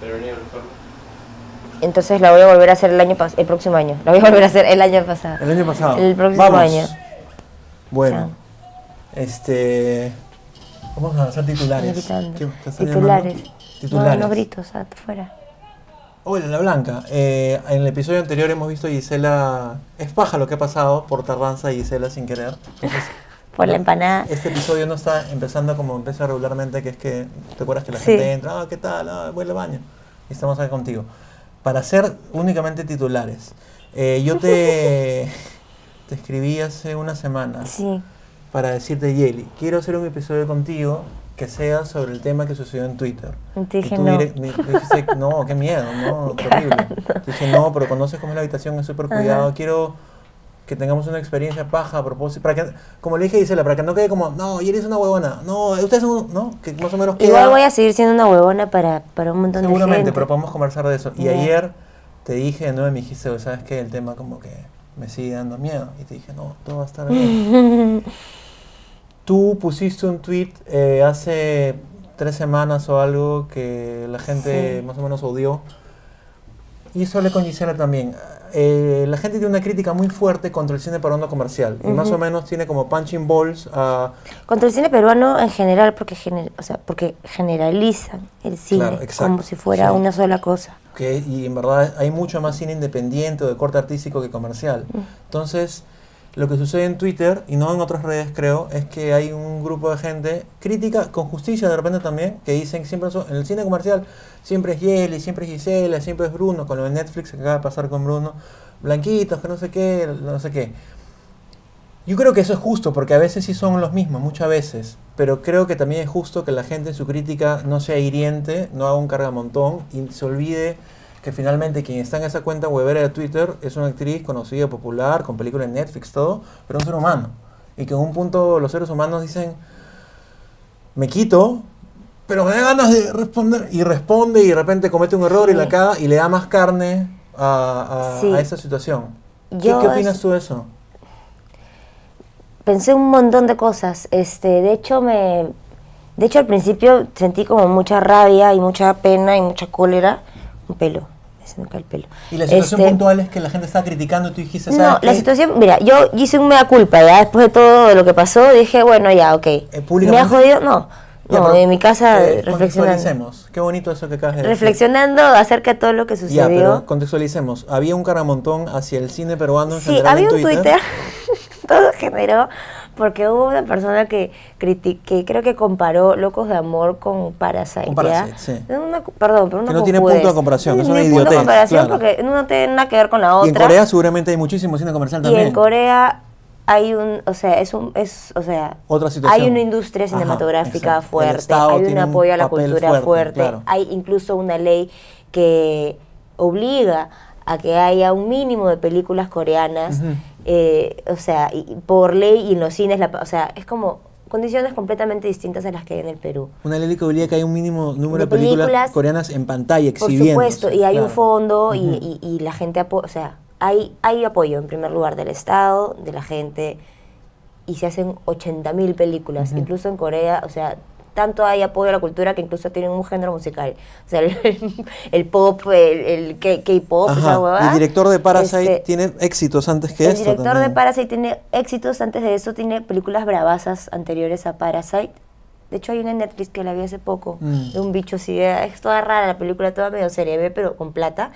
Pero venía el enfermo. Entonces la voy a volver a hacer el año pas- el próximo año. La voy a volver a hacer el año pasado. El año pasado. El próximo Vamos. año. Bueno, este. Vamos a lanzar titulares. Gritando. ¿Qué estás Titulares. llamando? Titulares. No, no gritos, ah, fuera. Hola, La Blanca. Eh, en el episodio anterior hemos visto a Gisela. Es paja lo que ha pasado por tardanza y Gisela sin querer. Entonces, Por la empanada. este episodio no está empezando como empieza regularmente, que es que te acuerdas que la Sí. gente entra, ah, ¿qué tal? Ah, voy al baño. Y estamos acá contigo. Para ser únicamente titulares, eh, yo te, te escribí hace una semana Sí. para decirte, Yeli, quiero hacer un episodio contigo que sea sobre el tema que sucedió en Twitter. Y te dije tú no. direct- me- me dijiste, no, qué miedo, no, qué horrible. Te dije, no, pero conoces cómo es la habitación, es súper cuidado, quiero que tengamos una experiencia paja a propósito, para que, como le dije a Gisela, para que no quede como, no, Yeli es una huevona, no, ustedes son, un-", no, que más o menos queda, Igual voy a seguir siendo una huevona para, para un montón de gente. seguramente, pero podemos conversar de eso. Y Ya. ayer te dije, de nuevo me dijiste, "Oye, ¿sabes qué? El tema como que me sigue dando miedo. Y te dije, no, todo va a estar bien. Tú pusiste un tweet eh, hace tres semanas o algo que la gente más o menos odió. Y eso hablé con Gisela también. Eh, la gente tiene una crítica muy fuerte contra el cine peruano comercial. Y más o menos tiene como punching balls a... Contra el cine peruano en general, porque, gener- o sea, porque generalizan el cine Claro, exacto, como si fuera sí. una sola cosa. que, y en verdad hay mucho más cine independiente o de corte artístico que comercial. Entonces, lo que sucede en Twitter, y no en otras redes creo, es que hay un grupo de gente crítica, con justicia de repente también, que dicen que siempre son- en el cine comercial siempre es Yeli, siempre es Gisela, siempre es Bruno, con lo de Netflix que acaba de pasar con Bruno, blanquitos, que no sé qué, no sé qué. Yo creo que eso es justo, porque a veces sí son los mismos, muchas veces. Pero creo que también es justo que la gente en su crítica no sea hiriente, no haga un cargamontón y se olvide que finalmente quien está en esa cuenta huevera de Twitter es una actriz conocida, popular, con películas en Netflix, todo, pero un ser humano. Y que en un punto los seres humanos dicen, me quito, pero me da ganas de responder. Y responde y de repente comete un error y la Sí. caga y le da más carne a, a- Sí. a esa situación. ¿Qué- Yo ¿Qué, es- opinas tú de eso? pensé un montón de cosas. Este, de hecho me de hecho al principio sentí como mucha rabia y mucha pena y mucha cólera, un pelo, se me cae el pelo. Y la situación Este, puntual es que la gente está criticando y tú dijiste, ¿sabes No, la qué? situación, mira, yo hice un mea culpa, ya después de todo lo que pasó, dije, bueno, ya, ok. ¿Me ha Eh, públicamente? jodido? No, Ya, no, pero, en mi casa eh, reflexionando. Contextualicemos. Qué bonito eso que acabas de decir. Reflexionando acerca de todo lo que Ya, pero sucedió. contextualicemos. Había un caramontón hacia el cine peruano en Sí, general había en un Twitter, todo generó, porque hubo una persona que, criti- que creo que comparó Locos de Amor con Parasite. Con ¿ya? Parasite, sí. Es una- perdón, pero una Que no tiene punto confudez. de comparación, No es una tiene punto de idiotez, comparación claro. porque no tiene nada que ver con la otra. Y en Corea seguramente hay muchísimo cine comercial Y también. en Corea hay un, o sea, es un, es, o sea, Otra situación. hay una industria Ajá, cinematográfica exacto. El fuerte, Estado hay un tiene un apoyo a la papel cultura fuerte, fuerte, claro. hay incluso una ley que obliga a que haya un mínimo de películas coreanas, Ujú. eh, o sea, y- y por ley y en los cines, la pa- o sea, es como condiciones completamente distintas a las que hay en el Perú. Una ley que obliga que hay un mínimo número de, De películas, películas, coreanas en pantalla Por exhibiendo. supuesto, y hay un fondo y, y- y la gente, apo- o sea, hay, hay apoyo en primer lugar del Estado, de la gente, y se hacen 80.000 películas, incluso en Corea, o sea, tanto hay apoyo a la cultura que incluso tienen un género musical, o sea, el, el pop, el, el K- K-pop, esa Ajá. huevada. Y el director de Parasite Este, tiene éxitos antes que el esto director también. de Parasite tiene éxitos, antes de eso tiene películas bravasas anteriores a Parasite. De hecho hay una en Netflix que la vi hace poco, Mm. de un bicho así, eh, es toda rara la película, toda medio serie B, pero con plata,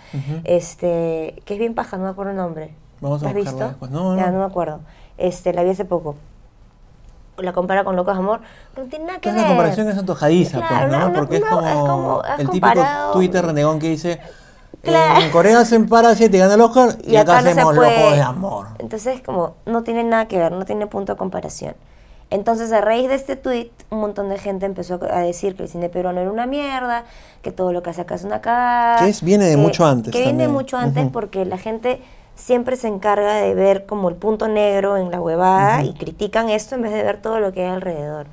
este, que es bien paja, no me acuerdo el nombre. Vamos a ¿La has buscarla visto? después. No, Ya, no. no me acuerdo. Este, la vi hace poco. La compara con Locos de Amor, pero no tiene nada que Es ver. una comparación que es antojadiza, Claro, pues, ¿no? una- una- Porque es una- como, has el típico comparado- Twitter renegón que dice, Claro. en Corea hacen Parasite y gana el Oscar y, y acá, no se hacemos puede. locos de amor. Entonces, como, no tiene nada que ver, no tiene punto de comparación. Entonces, a raíz de este tweet, un montón de gente empezó a decir que el cine peruano era una mierda, que todo lo que hace acá es una cagada. Que es- viene de que- mucho antes Que viene de también. mucho antes Ujú. porque la gente siempre se encarga de ver como el punto negro en la huevada y critican esto en vez de ver todo lo que hay alrededor.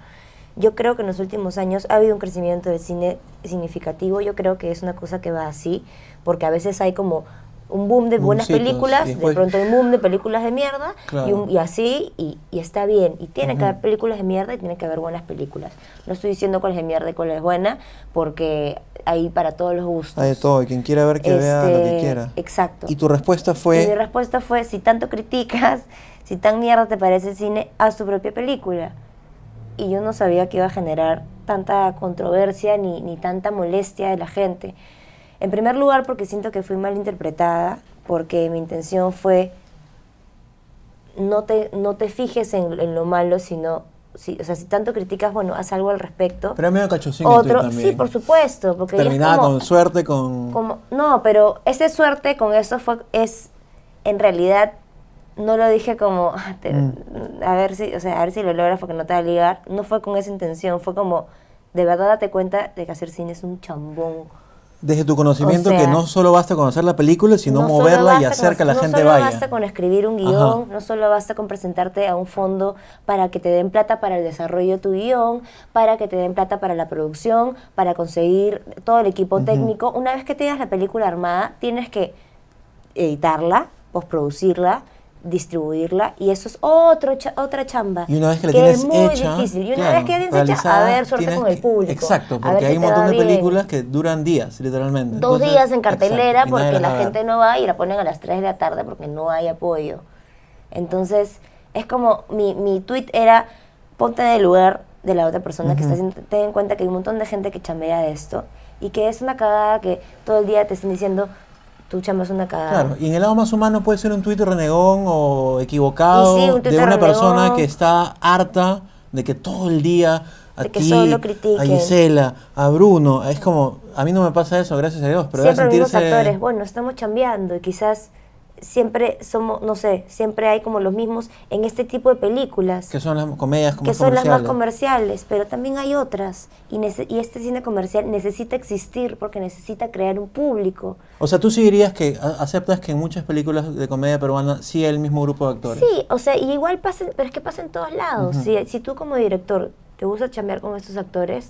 Yo creo que en los últimos años ha habido un crecimiento del cine significativo. Yo creo que es una cosa que va así, porque a veces hay como un boom de buenas Boomcitos, películas, y de después- pronto un boom de películas de mierda, y, un- Claro. y así, y, y está bien. Y tiene que Ujú. haber películas de mierda y tiene que haber buenas películas. No estoy diciendo cuál es de mierda y cuál es buena, porque hay para todos los gustos. Hay de todo, y quien quiera ver que vea lo que Este, quiera. Exacto. Y tu respuesta Y mi fue, respuesta fue, si tanto criticas, si tan mierda te parece el cine, haz tu propia película. Y yo no sabía que iba a generar tanta controversia ni, ni tanta molestia de la gente. En primer lugar, porque siento que fui mal interpretada, porque mi intención fue no te, no te fijes en, en lo malo, sino, si, o sea, si tanto criticas, bueno, haz algo al respecto. pero es medio cachoncín el tuyo Otro, también. sí, por supuesto, porque ya es Terminaba como- con suerte, con... como, no, pero ese suerte con eso fue, es, en realidad, no lo dije como, "Ah, te- Mm. a ver si, o sea, a ver si lo logras porque no te va a ligar. No fue con esa intención, fue como, de verdad date cuenta de que hacer cine es un chambón. Desde tu conocimiento O sea, que no solo basta con hacer la película, sino No solo moverla y basta hacer con- que la gente No solo vaya. basta con escribir un guión, Ajá. no solo basta con presentarte a un fondo para que te den plata para el desarrollo de tu guión, para que te den plata para la producción, para conseguir todo el equipo técnico. Una vez que tengas la película armada, tienes que editarla, postproducirla, distribuirla y eso es otro cha- otra chamba. Y una vez que la es tienes muy hecha, difícil. Y una claro, vez que la tienes hecha, realizada, a ver, suerte tienes con el que- público. Exacto, a ver porque si hay un te montón va de bien. películas que duran días, literalmente. Dos Entonces, días en cartelera exacto, y nadie porque las la va a ver. gente no va y la ponen a las 3 de la tarde porque no hay apoyo. Entonces, es como mi, mi tweet era, ponte en el lugar de la otra persona que está haciendo, ten en cuenta que hay un montón de gente que chambea de esto y que es una cagada que todo el día te están diciendo, tú chambas una cagada. Claro, y en el lado más humano puede ser un tuit renegón o equivocado Y sí, un tuit de una renegón. persona que está harta de que todo el día a De que ti, solo a critiquen. Gisela, a Bruno, es como, a mí no me pasa eso, gracias a Dios, pero debe siempre los mismos sentirse- actores, bueno, estamos chambeando y quizás siempre somos, no sé, siempre hay como los mismos en este tipo de películas. que son las comedias como que son las más comerciales. comerciales, pero también hay otras. Y, nece- y este cine comercial necesita existir porque necesita crear un público. O sea, tú sí dirías que a- aceptas que en muchas películas de comedia peruana sí hay el mismo grupo de actores. Sí, o sea, y igual pasa, pero es que pasa en todos lados. si, si tú como director te gusta chambear con estos actores,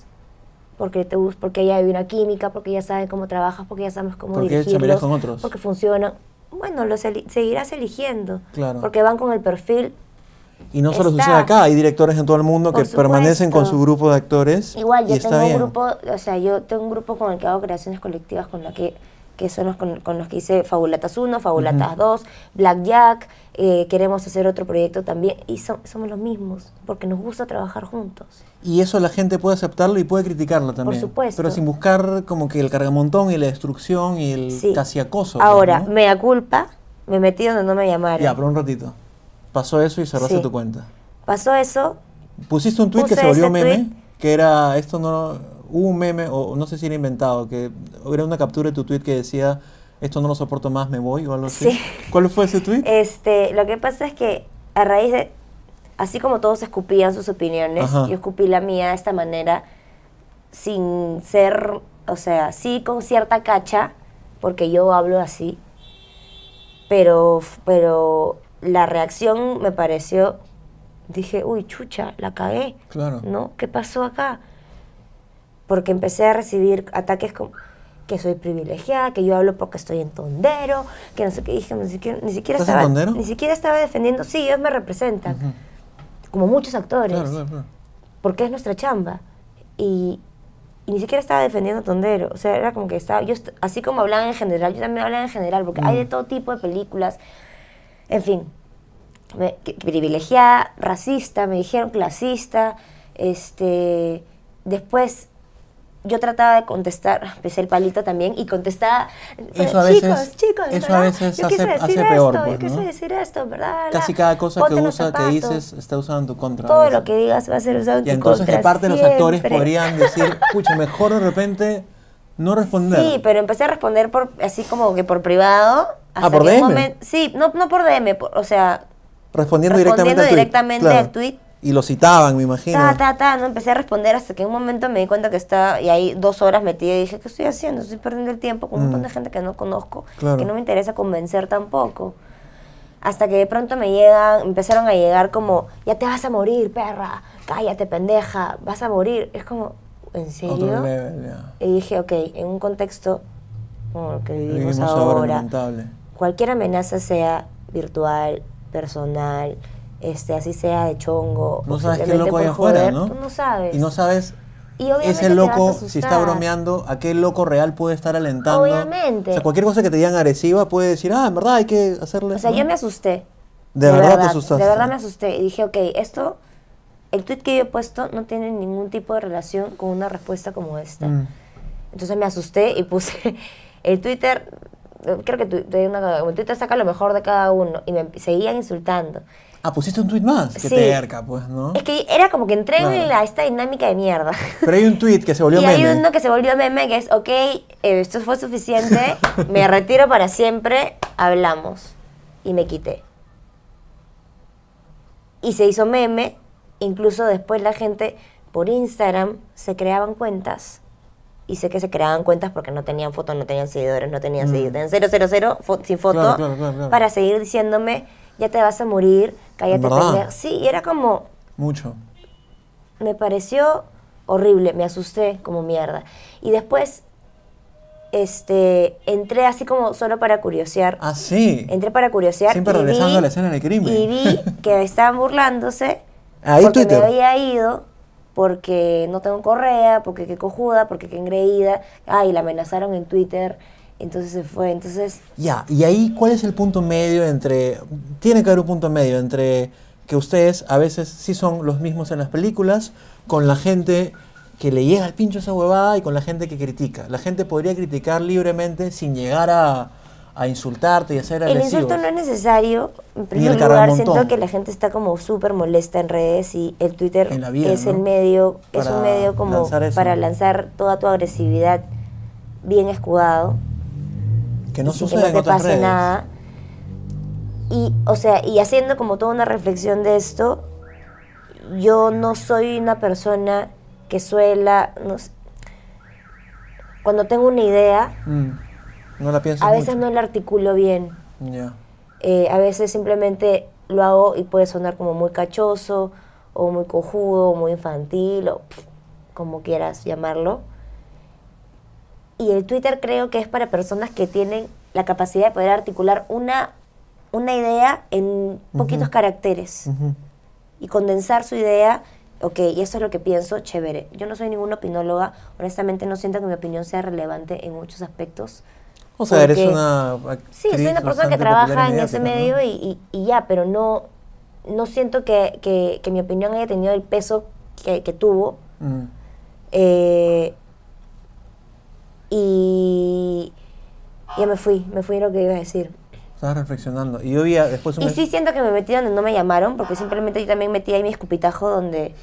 porque te gusta, porque ya hay una química, porque ya saben cómo trabajas, porque ya sabes cómo Porque dirigirlos, chambearás con otros. porque funcionan. Bueno, los eli- seguirás eligiendo, Claro. porque van con el perfil Y no solo Está. sucede acá, hay directores en todo el mundo Por que permanecen con supuesto. su grupo de actores. Igual, y yo está tengo un bien. grupo, o sea, yo tengo un grupo con el que hago creaciones colectivas con la que, que son los con, con los que hice Fabulatas 1, Fabulatas 2, Black Jack, eh, queremos hacer otro proyecto también, y so- somos los mismos, porque nos gusta trabajar juntos. Y eso la gente puede aceptarlo y puede criticarlo también. supuesto. Pero sin buscar como que el cargamontón y la destrucción y el Sí. casi acoso. pues, Ahora, ¿no? mea culpa, me metí donde no me llamaron. Ya, pero un ratito. Pasó eso y cerraste Sí. tu cuenta. Pasó eso, Pusiste un tweet que Puse se volvió ese meme, tuit. que era, esto no, hubo un meme, o no sé si era inventado, que era una captura de tu tweet que decía, esto no lo soporto más, me voy o algo así. Sí. ¿Cuál fue ese tweet? Este, lo que pasa es que a raíz de, así como todos escupían sus opiniones, Ajá. yo escupí la mía de esta manera, sin ser, o sea, sí con cierta cacha, porque yo hablo así, pero, pero la reacción me pareció, dije, uy, chucha, la cagué. Claro. ¿no? ¿Qué pasó acá? Porque empecé a recibir ataques como que soy privilegiada, que yo hablo porque estoy en tondero, que no sé qué dije, ni siquiera, ni siquiera ¿Estás en estaba Tondero? ni siquiera estaba defendiendo, sí, ellos me representan, como muchos actores, Claro, claro, claro. porque es nuestra chamba. Y, y ni siquiera estaba defendiendo a Tondero, o sea, era como que estaba, yo est- así como hablaban en general, yo también hablaba en general, porque Mm. hay de todo tipo de películas, en fin, me- que- privilegiada, racista, me dijeron clasista, este, después yo trataba de contestar, empecé el palito también y contestaba, Eso a chicos, veces- chicos, eso ¿verdad? a veces yo quise hace- decir hace esto, peor, yo pues, quise ¿no? decir esto, ¿verdad? Casi La- cada cosa que ponte los usa, que zapatos. dices, está usando en tu contra. a todo veces. lo que digas va a ser usado en Y tu entonces contra, de parte de los actores siempre. podrían decir, pucha, mejor de repente no responder. Sí, pero empecé a responder por así como que por privado. Ah, ¿por que un DM? momen- sí, no, no por DM, por- o sea, respondiendo, respondiendo directamente, al tweet. directamente Claro. al tweet. Y lo citaban, me imagino. Ta, ta, ta, no empecé a responder hasta que en un momento me di cuenta que estaba, y ahí dos horas metida y dije, ¿qué estoy haciendo? Estoy perdiendo el tiempo con un montón de gente que no conozco, Mm. Claro. que no me interesa convencer tampoco. Hasta que de pronto me llegan, empezaron a llegar como, ya te vas a morir, perra, cállate, pendeja, vas a morir. Es como, ¿en serio? Otro level, ya. Y dije, ok, en un contexto como el que Lo vivimos, vivimos ahora, pues ahora, lamentable. cualquier amenaza sea virtual, personal, este, así sea de chongo, No o sabes qué simplemente loco hay por afuera, joder, ¿no? tú no sabes. Y no sabes Y obviamente ese te loco, vas a si está asustar. bromeando, a qué loco real puede estar alentando. Obviamente. O sea, cualquier cosa que te digan agresiva puede decir, ah, en verdad hay que hacerle. O sea, ¿no? yo me asusté. De verdad te asustaste. De verdad me asusté. Y dije, ok, esto, el tweet que yo he puesto no tiene ningún tipo de relación con una respuesta como esta. Mm. Entonces me asusté y puse el Twitter, creo que tu- tenía una- el Twitter saca lo mejor de cada uno. Y me seguían insultando. Ah, pusiste un tweet más. Qué Sí. terca, pues, ¿no? Es que era como que entré Claro. en la- esta dinámica de mierda. Pero hay un tweet que se volvió y meme. hay uno que se volvió meme que es, ok, eh, esto fue suficiente, me retiro para siempre, hablamos. Y me quité. Y se hizo meme, incluso después la gente por Instagram se creaban cuentas. Y sé que se creaban cuentas porque no tenían fotos, no tenían seguidores, no tenían seguidores. Tenían 000 fo- sin foto Mm. Claro, claro, claro, claro. para seguir diciéndome, ya te vas a morir, cállate. ¿Verdad? pendeja". Sí, y era como, Mucho. me pareció horrible, me asusté como mierda. Y después, este, entré así como solo para curiosear. Ah, sí. Entré para curiosear. Siempre y vi- regresando a la escena del crimen. Y vi que estaban burlándose. Ahí porque Twitter. me había ido, porque no tengo correa, porque qué cojuda, porque qué engreída. Ay, la amenazaron en Twitter. Entonces se fue. Entonces, Ya, y ahí, ¿cuál es el punto medio entre. Tiene que haber un punto medio entre que ustedes a veces sí son los mismos en las películas, con la gente que le llega al pincho esa huevada y con la gente que critica. La gente podría criticar libremente sin llegar a, a insultarte y a ser el agresivos. insulto no es necesario. En primer el lugar, cargamontón. siento que la gente está como súper molesta en redes y el Twitter En la vida, es ¿no? el medio, es Para un medio como lanzar eso. para lanzar toda tu agresividad bien escudado. Que no sin sucede en te otras pase redes. nada. Y, o sea, y haciendo como toda una reflexión de esto, yo no soy una persona que suela, no sé, cuando tengo una idea, Mm, No la piensas a veces mucho. no la articulo bien. Ya. Eh, a veces simplemente lo hago y puede sonar como muy cachoso, o muy cojudo, o muy infantil, o pf, como quieras llamarlo. Y el Twitter creo que es para personas que tienen la capacidad de poder articular una, una idea en poquitos caracteres Ujú. y condensar su idea. Ok, y eso es lo que pienso, chévere. Yo no soy ninguna opinóloga, honestamente no siento que mi opinión sea relevante en muchos aspectos. O sea, eres porque- una. Sí, soy actriz una persona que bastante popular trabaja en ese mediática, ¿no? medio y, y- y ya, pero no, no siento que, que- que mi opinión haya tenido el peso que, que tuvo. Mm. Eh, y ya me fui, me fui de lo que iba a decir. Estabas reflexionando. Y yo vi a- después un. Y sí siento que me metí donde no me llamaron, porque simplemente yo también metí ahí mi escupitajo donde...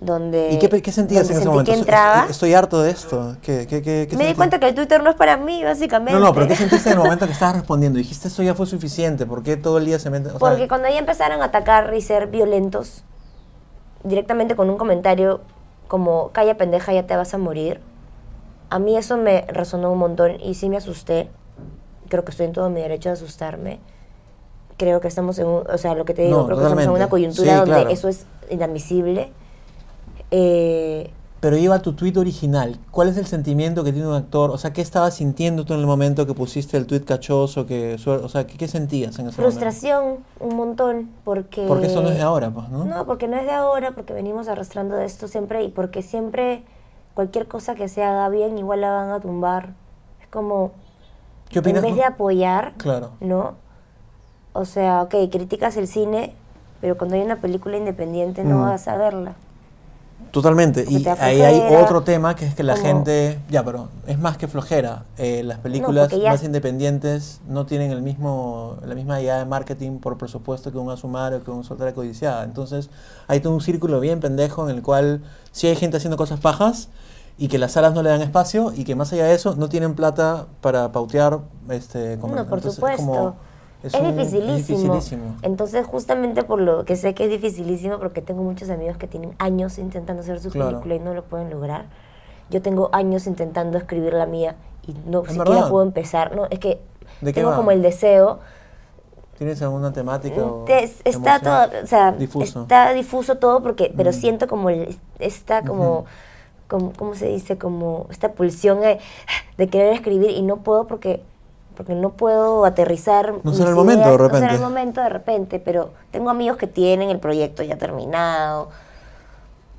donde ¿Y qué, pe- qué sentías donde en ese sentí momento? que Estoy- entraba. Estoy, estoy harto de esto. ¿Qué, qué, qué, qué me di sentí? cuenta que el Twitter no es para mí, básicamente. No, no, pero ¿qué sentiste en el momento que estabas respondiendo? Dijiste, eso ya fue suficiente. ¿Por qué todo el día se mete? O sea, Porque cuando ya empezaron a atacar y ser violentos, directamente con un comentario como, calla pendeja, ya te vas a morir, a mí eso me resonó un montón y sí me asusté. Creo que estoy en todo mi derecho de asustarme. Creo que estamos en, un- o sea, lo que te digo, No, creo que estamos en una totalmente. coyuntura Sí, donde claro. eso es inadmisible. Eh, Pero iba tu tuit original. ¿Cuál es el sentimiento que tiene un actor? O sea, ¿qué estabas sintiendo tú en el momento que pusiste el tuit cachoso? Que, suer- o sea, ¿qué, qué sentías en ese frustración, un montón, porque... momento? Porque eso no es de ahora, pues, ¿no? No, porque no es de ahora, porque venimos arrastrando de esto siempre y porque siempre cualquier cosa que se haga bien igual la van a tumbar. Es como, ¿Qué opinas? en vez no? de apoyar, Claro. ¿no? O sea, ok, criticas el cine, pero cuando hay una película independiente no Mm. vas a verla. Totalmente. Porque Y te da ahí hay flojera, otro tema que es que la como- gente. Ya, pero es más que flojera. Eh, las películas porque ya- más independientes no tienen el mismo, la misma idea de marketing por presupuesto que un Asumar o que un Soltera Codiciada. Entonces, hay todo un círculo bien pendejo en el cual sí hay gente haciendo cosas pajas y que las salas no le dan espacio y que más allá de eso no tienen plata para pautear. Este, comer- No, por Entonces, supuesto. es, Es, un- dificilísimo. Es dificilísimo. Entonces, justamente por lo que sé que es dificilísimo, porque tengo muchos amigos que tienen años intentando hacer su Claro. película y no lo pueden lograr. Yo tengo años intentando escribir la mía y no ¿En siquiera verdad? puedo empezar. No, es que ¿De qué tengo va? como el deseo. ¿Tienes alguna temática? o Te- es- está emoción? todo, o sea, Difuso. está difuso todo porque, pero Mm. siento como el- está como, como- ¿cómo se dice? Como esta pulsión de, de querer escribir y no puedo porque porque no puedo aterrizar. No mis será el momento, de No será el repente. momento de repente, pero tengo amigos que tienen el proyecto ya terminado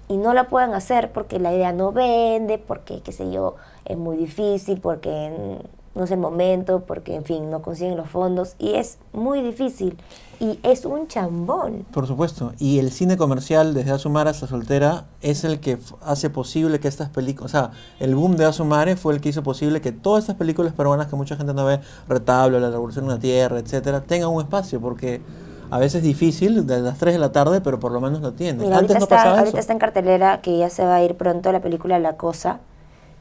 y no la pueden hacer porque la idea no vende, porque, qué sé yo, es muy difícil, porque mm, no es el momento, porque, en fin, no consiguen los fondos y es muy difícil y es un chambón. Por supuesto. Y el cine comercial, desde Asumara hasta Soltera, es el que f- hace posible que estas películas. O sea, el boom de Asumare fue el que hizo posible que todas estas películas peruanas que mucha gente no ve, Retablo, La Revolución en la Tierra, etcétera, tengan un espacio, porque a veces es difícil, de las 3 de la tarde, pero por lo menos lo tienen. Mira, Antes ahorita, no está, pasaba eso. ahorita está en cartelera que ya se va a ir pronto la película La Cosa.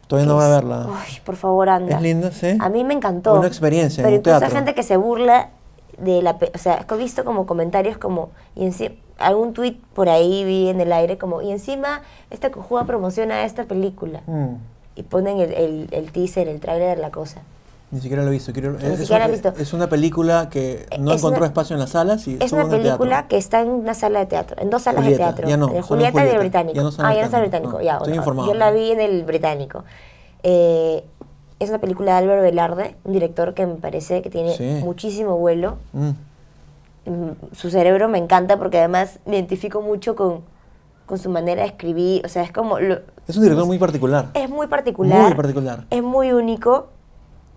Todavía no que va a es- verla. Uy, por favor, anda. Es linda, sí. A mí me encantó. Una experiencia en Pero un incluso hay teatro. gente que se burla de la... pe- O sea, es que he visto como comentarios como... Y encima, algún tweet por ahí vi en el aire como... Y encima, esta cojuda promociona esta película. Mm, Y ponen el, el, el teaser, el tráiler de la cosa. Ni siquiera lo he visto. Quiero- es, siquiera una, la he visto. E- es una película que no Es encontró una- espacio en las salas y Es estuvo una en el teatro. película que está en una sala de teatro, en dos salas Julieta, de teatro. ya no, en solo en Julieta, y Julieta, el británico. ya no está en ah, el ya no está en el teatro, británico, no, ya. estoy bueno, informado. Yo la vi en el británico. Eh, es una película de Álvaro Velarde, un director que me parece que tiene Sí. muchísimo vuelo. Mm, Mm, Su cerebro me encanta porque además me identifico mucho con, con su manera de escribir. O sea, es como. lo- Es un director muy particular. es muy particular. Muy particular. Es muy único.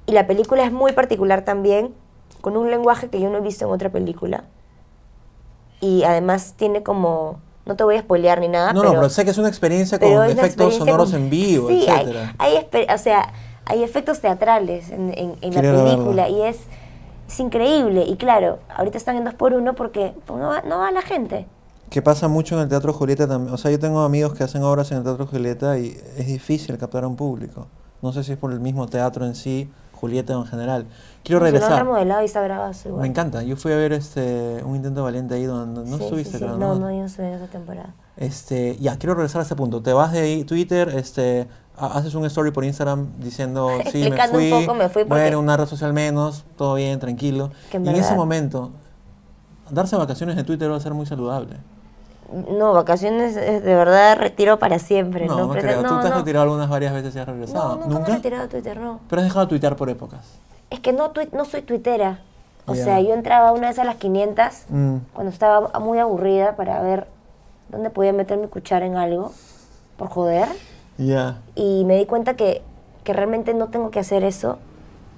Y la película es muy particular también, con un lenguaje que yo no he visto en otra película. Y además tiene como. No te voy a spoilear ni nada. No, Ah, pero, no, pero sé que es una experiencia con pero es una efectos experiencia sonoros con- en vivo, sí, hay- etcétera. Hay, espe- o sea, hay efectos teatrales en, en- en la Quiero ir a película verla. y es, es increíble. Y claro, ahorita están en 2x1 porque pues, no va, no va la gente. Que pasa mucho en el Teatro Julieta también. O sea, yo tengo amigos que hacen obras en el Teatro Julieta y es difícil captar a un público. No sé si es por el mismo teatro en sí, Julieta en general. Quiero Se lo han regresar. remodelado y está bravazo igual. Me encanta. Yo fui a ver este un intento valiente ahí donde no Sí, sí, estuviste, sí. creo, No, no, yo no subí en esa temporada. Este, ya, quiero regresar a ese punto. Te vas de ahí, Twitter, este, ha- haces un story por Instagram diciendo, sí, me Explicando un fui, poco, me fui porque- bueno, una red social menos, todo bien, tranquilo. Que en y en ese verdad- momento, darse vacaciones de Twitter va a ser muy saludable. No, vacaciones es de verdad retiro para siempre. no, no, Prete- creo. Tú te has no. retirado algunas varias veces y has No, regresado. nunca, me he ¿Nunca? retirado de Twitter, no. Pero has dejado de tuitear por épocas. Es que no, tuit- no soy tuitera. O Ya. sea, yo entraba una vez a las 500 Mm. cuando estaba muy aburrida para ver dónde podía meter mi cuchara en algo, por joder. Ya. Y me di cuenta que, que realmente no tengo que hacer eso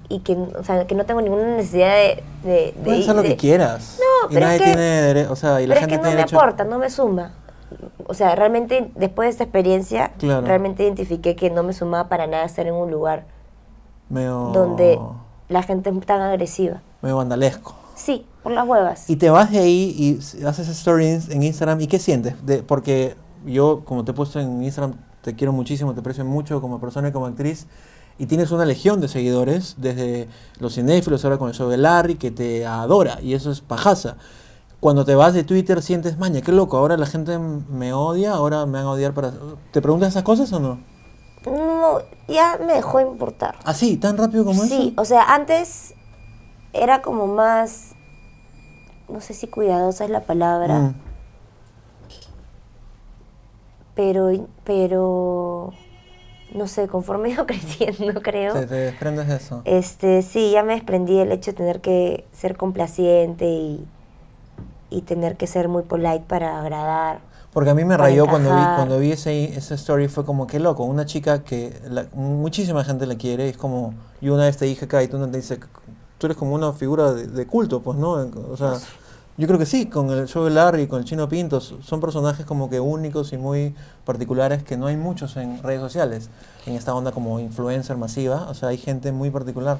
y que, o sea, que no tengo ninguna necesidad de... de, de- Puedes hacer lo que de- quieras. No, y pero nadie es que- tiene derecho, o sea, y la Pero es gente que no me tiene derecho. aporta, no me suma. O sea, realmente después de esta experiencia, Claro. realmente identifiqué que no me sumaba para nada estar en un lugar Medio, donde la gente es tan agresiva. medio vandalesco. Sí, por las huevas. Y te vas de ahí y s- haces stories en Instagram. ¿Y qué sientes? De- porque yo, como te he puesto en Instagram, te quiero muchísimo, te aprecio mucho como persona y como actriz. Y tienes una legión de seguidores, desde los cinéfilos, ahora con el show de Larry, que te adora. Y eso es pajasa. Cuando te vas de Twitter sientes, maña, qué loco, ahora la gente m- me odia, ahora me van a odiar para... ¿Te preguntas esas cosas o no? No, ya me dejó importar. ¿Así? ¿Tan rápido como eso? Sí, o sea, antes era como más, no sé si cuidadosa es la palabra, Mm. pero, pero, no sé, conforme he ido creciendo, creo. Te, te desprendes de eso. Este, sí, ya me desprendí del hecho de tener que ser complaciente y, y tener que ser muy polite para agradar. Porque a mí me para rayó cuando vi, encajar. cuando vi ese, esa story, fue como que loco, una chica que la- muchísima gente la quiere, es como, yo una vez te dije acá y tú no te dices, tú eres como una figura de, de culto, pues, ¿no? O sea, yo creo que sí, con el show de Larry, con el Chino Pinto, s- son personajes como que únicos y muy particulares que no hay muchos en redes sociales, en esta onda como influencer masiva, o sea, hay gente muy particular.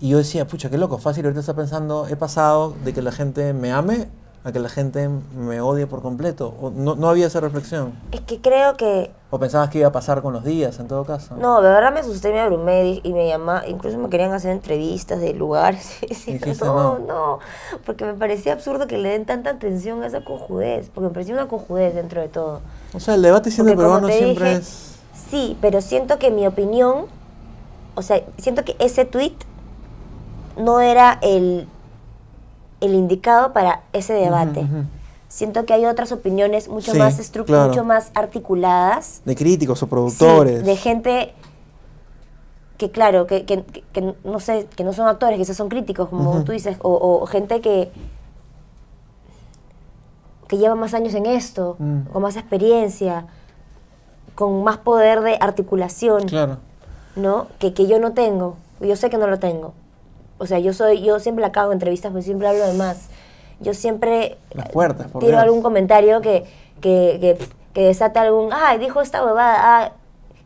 Y yo decía, pucha, qué loco, fácil, ahorita está pensando, he pasado de que la gente me ame a que la gente me odie por completo. O no, no había esa reflexión. Es que creo que O pensabas que iba a pasar con los días, en todo caso. No, de verdad me asusté, me abrumé di- y me llamaba, incluso me querían hacer entrevistas de lugares. y decía, Dijiste no, no. no, porque me parecía absurdo que le den tanta atención a esa cojudez, porque me parecía una cojudez dentro de todo. O sea, el debate siendo Porque como peruano te siempre dije- es... Sí, pero siento que mi opinión, o sea, siento que ese tweet no era el, el indicado para ese debate. Ujú, ujú. Siento que hay otras opiniones mucho Sí, más estru- claro. mucho más articuladas. De críticos o Sí, productores. de gente que claro, que, que, que no sé, que no son actores, quizás son críticos, como Ujú. tú dices, o, o gente que que lleva más años en esto, Mm. con más experiencia, con más poder de articulación, Claro. ¿no? Que, que yo no tengo, yo sé que no lo tengo. O sea, yo soy, yo siempre la cago en entrevistas, pues siempre hablo de más. Yo siempre Las puertas, por tiro Dios. algún comentario que, que, que, que desate algún, ay, dijo esta huevada, ah",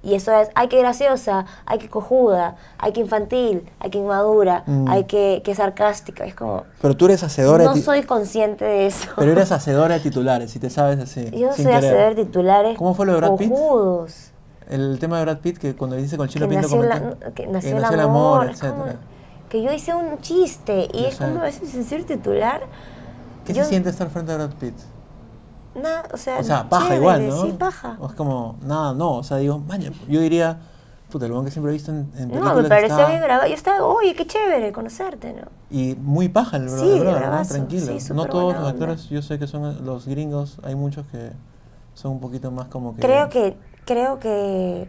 y eso es, ay, qué graciosa, ay, qué cojuda, ay, qué infantil, ay, qué inmadura, Mm. ay, qué, qué sarcástica. Es como, Pero tú eres hacedora no de ti- soy consciente de eso. Pero eres hacedora de titulares, si te sabes así. Yo sin soy querer. hacedor de titulares ¿Cómo fue lo de Brad Pitt? cojudos. El tema de Brad Pitt, que cuando dice con Chilo que Pinto nació, la- comenté- que nació el amor, es como etcétera. que yo hice un chiste y Yo es sé. como es sin ser titular ¿Qué Yo- se siente estar frente a Brad Pitt? nada o sea O sea, paja chévere, igual, ¿no? sí paja O es como, nada, no. O sea, digo, maña, yo diría, puta, el weón que siempre he visto en, en no películas me pareció está- bien grabado yo estaba oye qué chévere conocerte no Y muy paja el Sí, brother, brother, ¿no? bravazo, tranquilo. sí, súper no todos buena los onda. actores, yo sé que son los gringos, hay muchos que son un poquito más como que... creo que creo que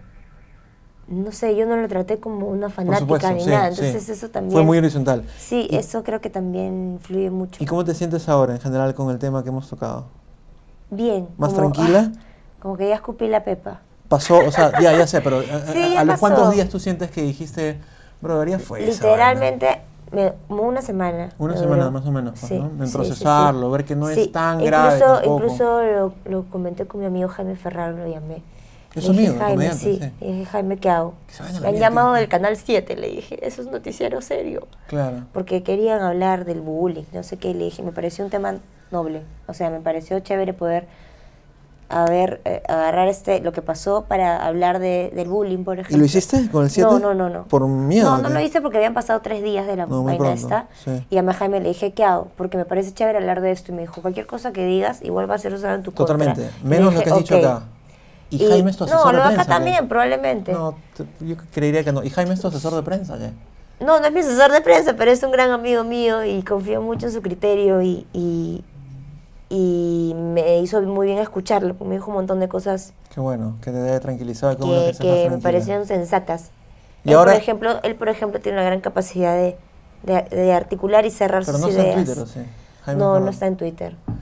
no sé yo no lo traté como una Por fanática supuesto, ni sí, nada sí. entonces eso también Fue muy horizontal. sí Y- eso creo que también influye mucho ¿Y cómo te sientes ahora en general con el tema que hemos tocado? bien ¿Más como, tranquila? ah, como que ya escupí la pepa Pasó, o sea, ya, ya sé, pero a, a- Sí, ya a los pasó. cuántos días tú sientes que dijiste, bro, debería fue esa Literalmente, me- como una semana. Una me semana duró. más o menos, pues, ¿no? En sí, sí, procesarlo, ver que no es tan grave Incluso, tampoco. incluso lo, lo comenté con mi amigo Jaime Ferrar, lo llamé. Es Le un dije, amigo, Jaime, comediante, sí. sí. Le dije, Jaime, ¿qué hago? Que se vayan a la Me han mierda. llamado del Canal 7, le dije, eso es noticiero serio. vaina? Claro. Porque querían hablar del bullying, no sé qué, y le dije, me pareció un tema noble. O sea, me pareció chévere poder haber, eh, agarrar este, lo que pasó para hablar de, del bullying, por ejemplo. ¿Y lo hiciste con el 7? No, no, no, no. ¿Por miedo? No, no ¿qué? lo hice porque habían pasado tres días de la No, muy vaina pronto, esta. sí. Y a mi Jaime le dije, ¿qué hago? Porque me parece chévere hablar de esto. Y me dijo, cualquier cosa que digas, igual va a ser usada en tu contra. Totalmente. Y le Menos lo dije, que has dicho "Ok". acá. Y, Jaime es tu asesor No, de lo de acá prensa, ¿qué? también, probablemente. No. No, te- yo creería que no. ¿Y Jaime es tu asesor de prensa? ¿qué? no, es mi asesor de prensa, pero es un gran amigo mío y confío mucho en su criterio y, y, y me hizo muy bien escucharlo. porque Me dijo un montón de cosas Qué bueno, que te dé tranquilizado y qué bueno que que, estés más que me tranquila. parecieron sensatas. Y él, ahora- por ejemplo, él, por ejemplo, tiene una gran capacidad de, de- de articular y cerrar Pero sus no está ideas. en Twitter, ¿o sí? Jaime no, Ferrer. no está en Twitter. Y,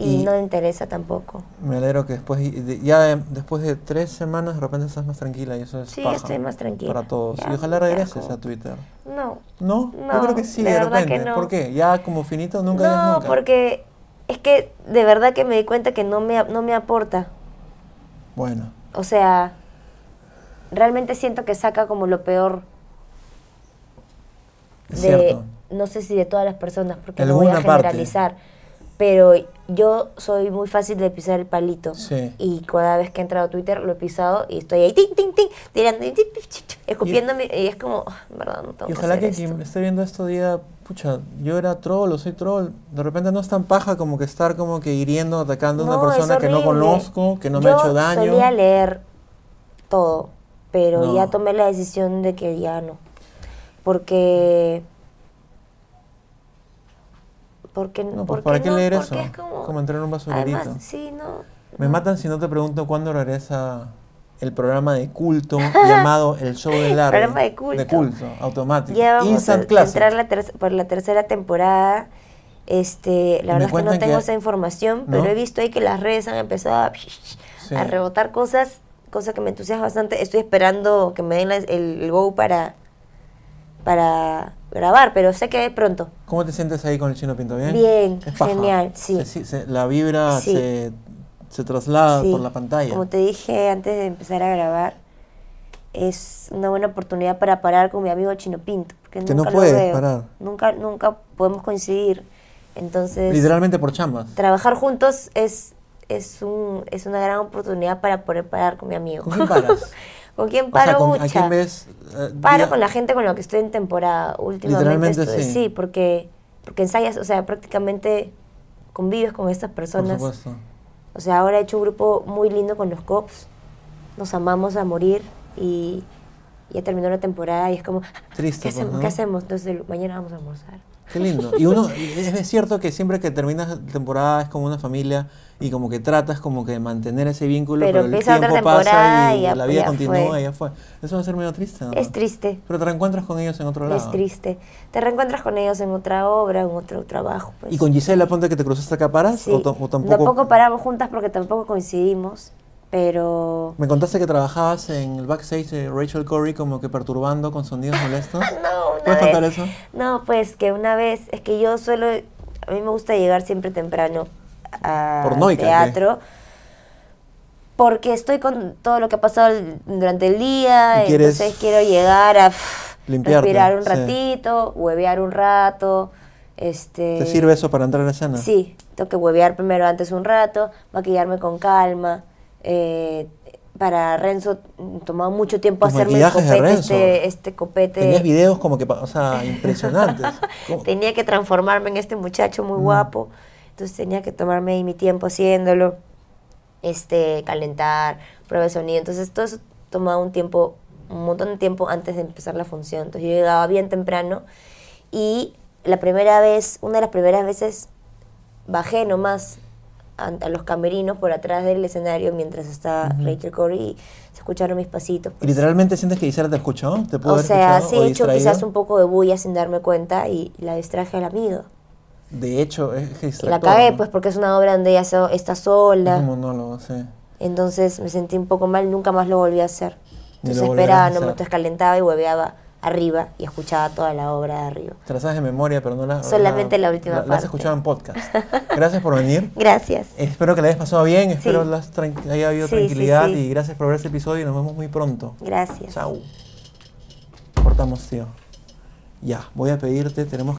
Ah, Y- no le interesa tampoco. Me alegro que después, y de- ya eh, después de tres semanas de repente estás más tranquila y eso es Sí, paja estoy más tranquila. Para todos. Ya, y ojalá ya regreses como- a Twitter. No. ¿No? Yo No, creo que sí, la de verdad que repente. no. ¿Por qué? ¿Ya como finito nunca digas no, nunca? porque es que de verdad que me di cuenta que no me, no me aporta. Bueno, O sea, realmente siento que saca como lo peor es de, cierto. no sé si de todas las personas, porque De no voy a alguna parte. generalizar, pero yo soy muy fácil de pisar el palito. Sí. Y cada vez que he entrado a Twitter lo he pisado y estoy ahí, tin, tin, tin, tirando, tin, tin, tin, tin, tin, escupiéndome, y, es como, "Ah, en verdad, no tengo Y ojalá que que hacer quien esto". esté viendo esto diga, pucha, yo era troll o soy troll. De repente no es tan paja como que estar como que hiriendo, atacando a No, una es persona que no horrible. conozco, que no me Yo ha hecho daño. solía leer todo, pero No. ya tomé la decisión de que ya no. Porque... Porque, No, porque pues ¿para qué no? leer Porque eso? es como, entrar en un basurerito. Además, sí, no. Me matan si no te pregunto cuándo regresa el programa de culto llamado El Show del Arte. Programa de culto. De culto, automático. Ya vamos a Instant Classic. entrar la terc- por la tercera temporada. Este, la verdad Me es que no cuentan tengo que- esa información, ¿No? pero he visto ahí que las redes han empezado a, a rebotar cosas, cosa que me entusiasma bastante. Estoy esperando que me den la- el, el go para, para grabar, pero sé que es pronto. ¿Cómo te sientes ahí con el chino pinto? ¿Bien? Bien, Es paja. genial, sí. Se- se- la vibra Sí. se, se traslada Sí. Ah, por la pantalla. Como te dije antes de empezar a grabar, es una buena oportunidad para parar con mi amigo Chino Pinto. Porque Que no nunca lo puedes veo. parar. Nunca, nunca podemos coincidir. Entonces, Literalmente por chambas. trabajar juntos es, es, un, es una gran oportunidad para poder parar con mi amigo. ¿Con quién paras? ¿Con quién O sea, paro? ¿con- ¿a Ucha? quién ves? Eh, Paro diga- con la gente con la que estoy en temporada. Últimamente Literalmente estoy- sí. porque, porque ensayas, o sea, prácticamente convives con estas Por personas. supuesto. O sea, ahora he hecho un grupo muy lindo con los cops. Nos amamos a morir y, ya terminó la temporada y es como, "Ah, ¿qué Triste, pues, hacemos? ¿no? ¿Qué hacemos? Entonces mañana vamos a almorzar. Qué lindo. Y uno, es es cierto que siempre que terminas temporada es como una familia y como que tratas como que de mantener ese vínculo, Pero pero, el empieza otra tiempo temporada pasa y y, ya- pues, la vida ya continúa fue. y ya fue. Eso va a ser medio triste, ¿no? Es triste, Pero te reencuentras con ellos en otro lado. es triste. Te reencuentras con ellos en otra obra, en otro trabajo. pues. ¿Y con Gisela, ponte que te cruzaste acá, paras? Sí. O, tam- o tampoco, paramos juntas porque tampoco coincidimos, pero... Me contaste que trabajabas en el backstage de Rachel Corrie como que perturbando con sonidos molestos. No, una ¿Puedes vez. contar eso? No, pues que una vez, es que yo suelo, a mí me gusta llegar siempre temprano a- al Pornoica, ¿qué? teatro. Porque estoy con todo lo que ha pasado el- durante el día, Y quieres entonces quiero llegar a pff, limpiarte, respirar un sí. ratito, huevear un rato, este ¿Te sirve eso para entrar a escena? Sí, tengo que huevear primero antes un rato, maquillarme con calma. eh, para Renzo mm, tomaba mucho tiempo Tus hacerme el maquillajes de copete, Renzo. este, este copete. Tenías videos como que, pa- o sea, impresionantes. ¿Cómo? Mm. Tenía que transformarme en este muchacho muy guapo. Entonces tenía que tomarme ahí mi tiempo haciéndolo. Este, calentar, prueba de sonido. Entonces todo eso tomaba un tiempo, un montón de tiempo antes de empezar la función. Entonces yo llegaba bien temprano y la primera vez, una de las primeras veces bajé nomás a, a los camerinos por atrás del escenario mientras estaba Rachel Corrie y se escucharon mis pasitos. ¿Y pues. ¿Literalmente sientes que Gisela te escuchó? ¿Te pudo O haber sea, escuchado sí o he hecho distraído? quizás un poco de bulla sin darme cuenta y la distraje al amigo. De hecho, es que Y la cagué, pues, porque es una obra donde ella so- está sola. Es un monólogo, sí. Entonces me sentí un poco mal, nunca más lo volví a hacer. Ni lo Entonces volverás a esperaba, no me hacer. entonces calentaba y hueveaba arriba y escuchaba toda la obra de arriba. Te la sabes de memoria, pero no la... Solamente la última La has parte. escuchado en podcast. Gracias por venir. Gracias. Espero que la hayas pasado bien, espero Sí. que las tran- haya habido Sí, sí, tranquilidad sí. y gracias por ver este episodio y nos vemos muy pronto. Gracias. Chau. Cortamos, tío. Ya, voy a pedirte, tenemos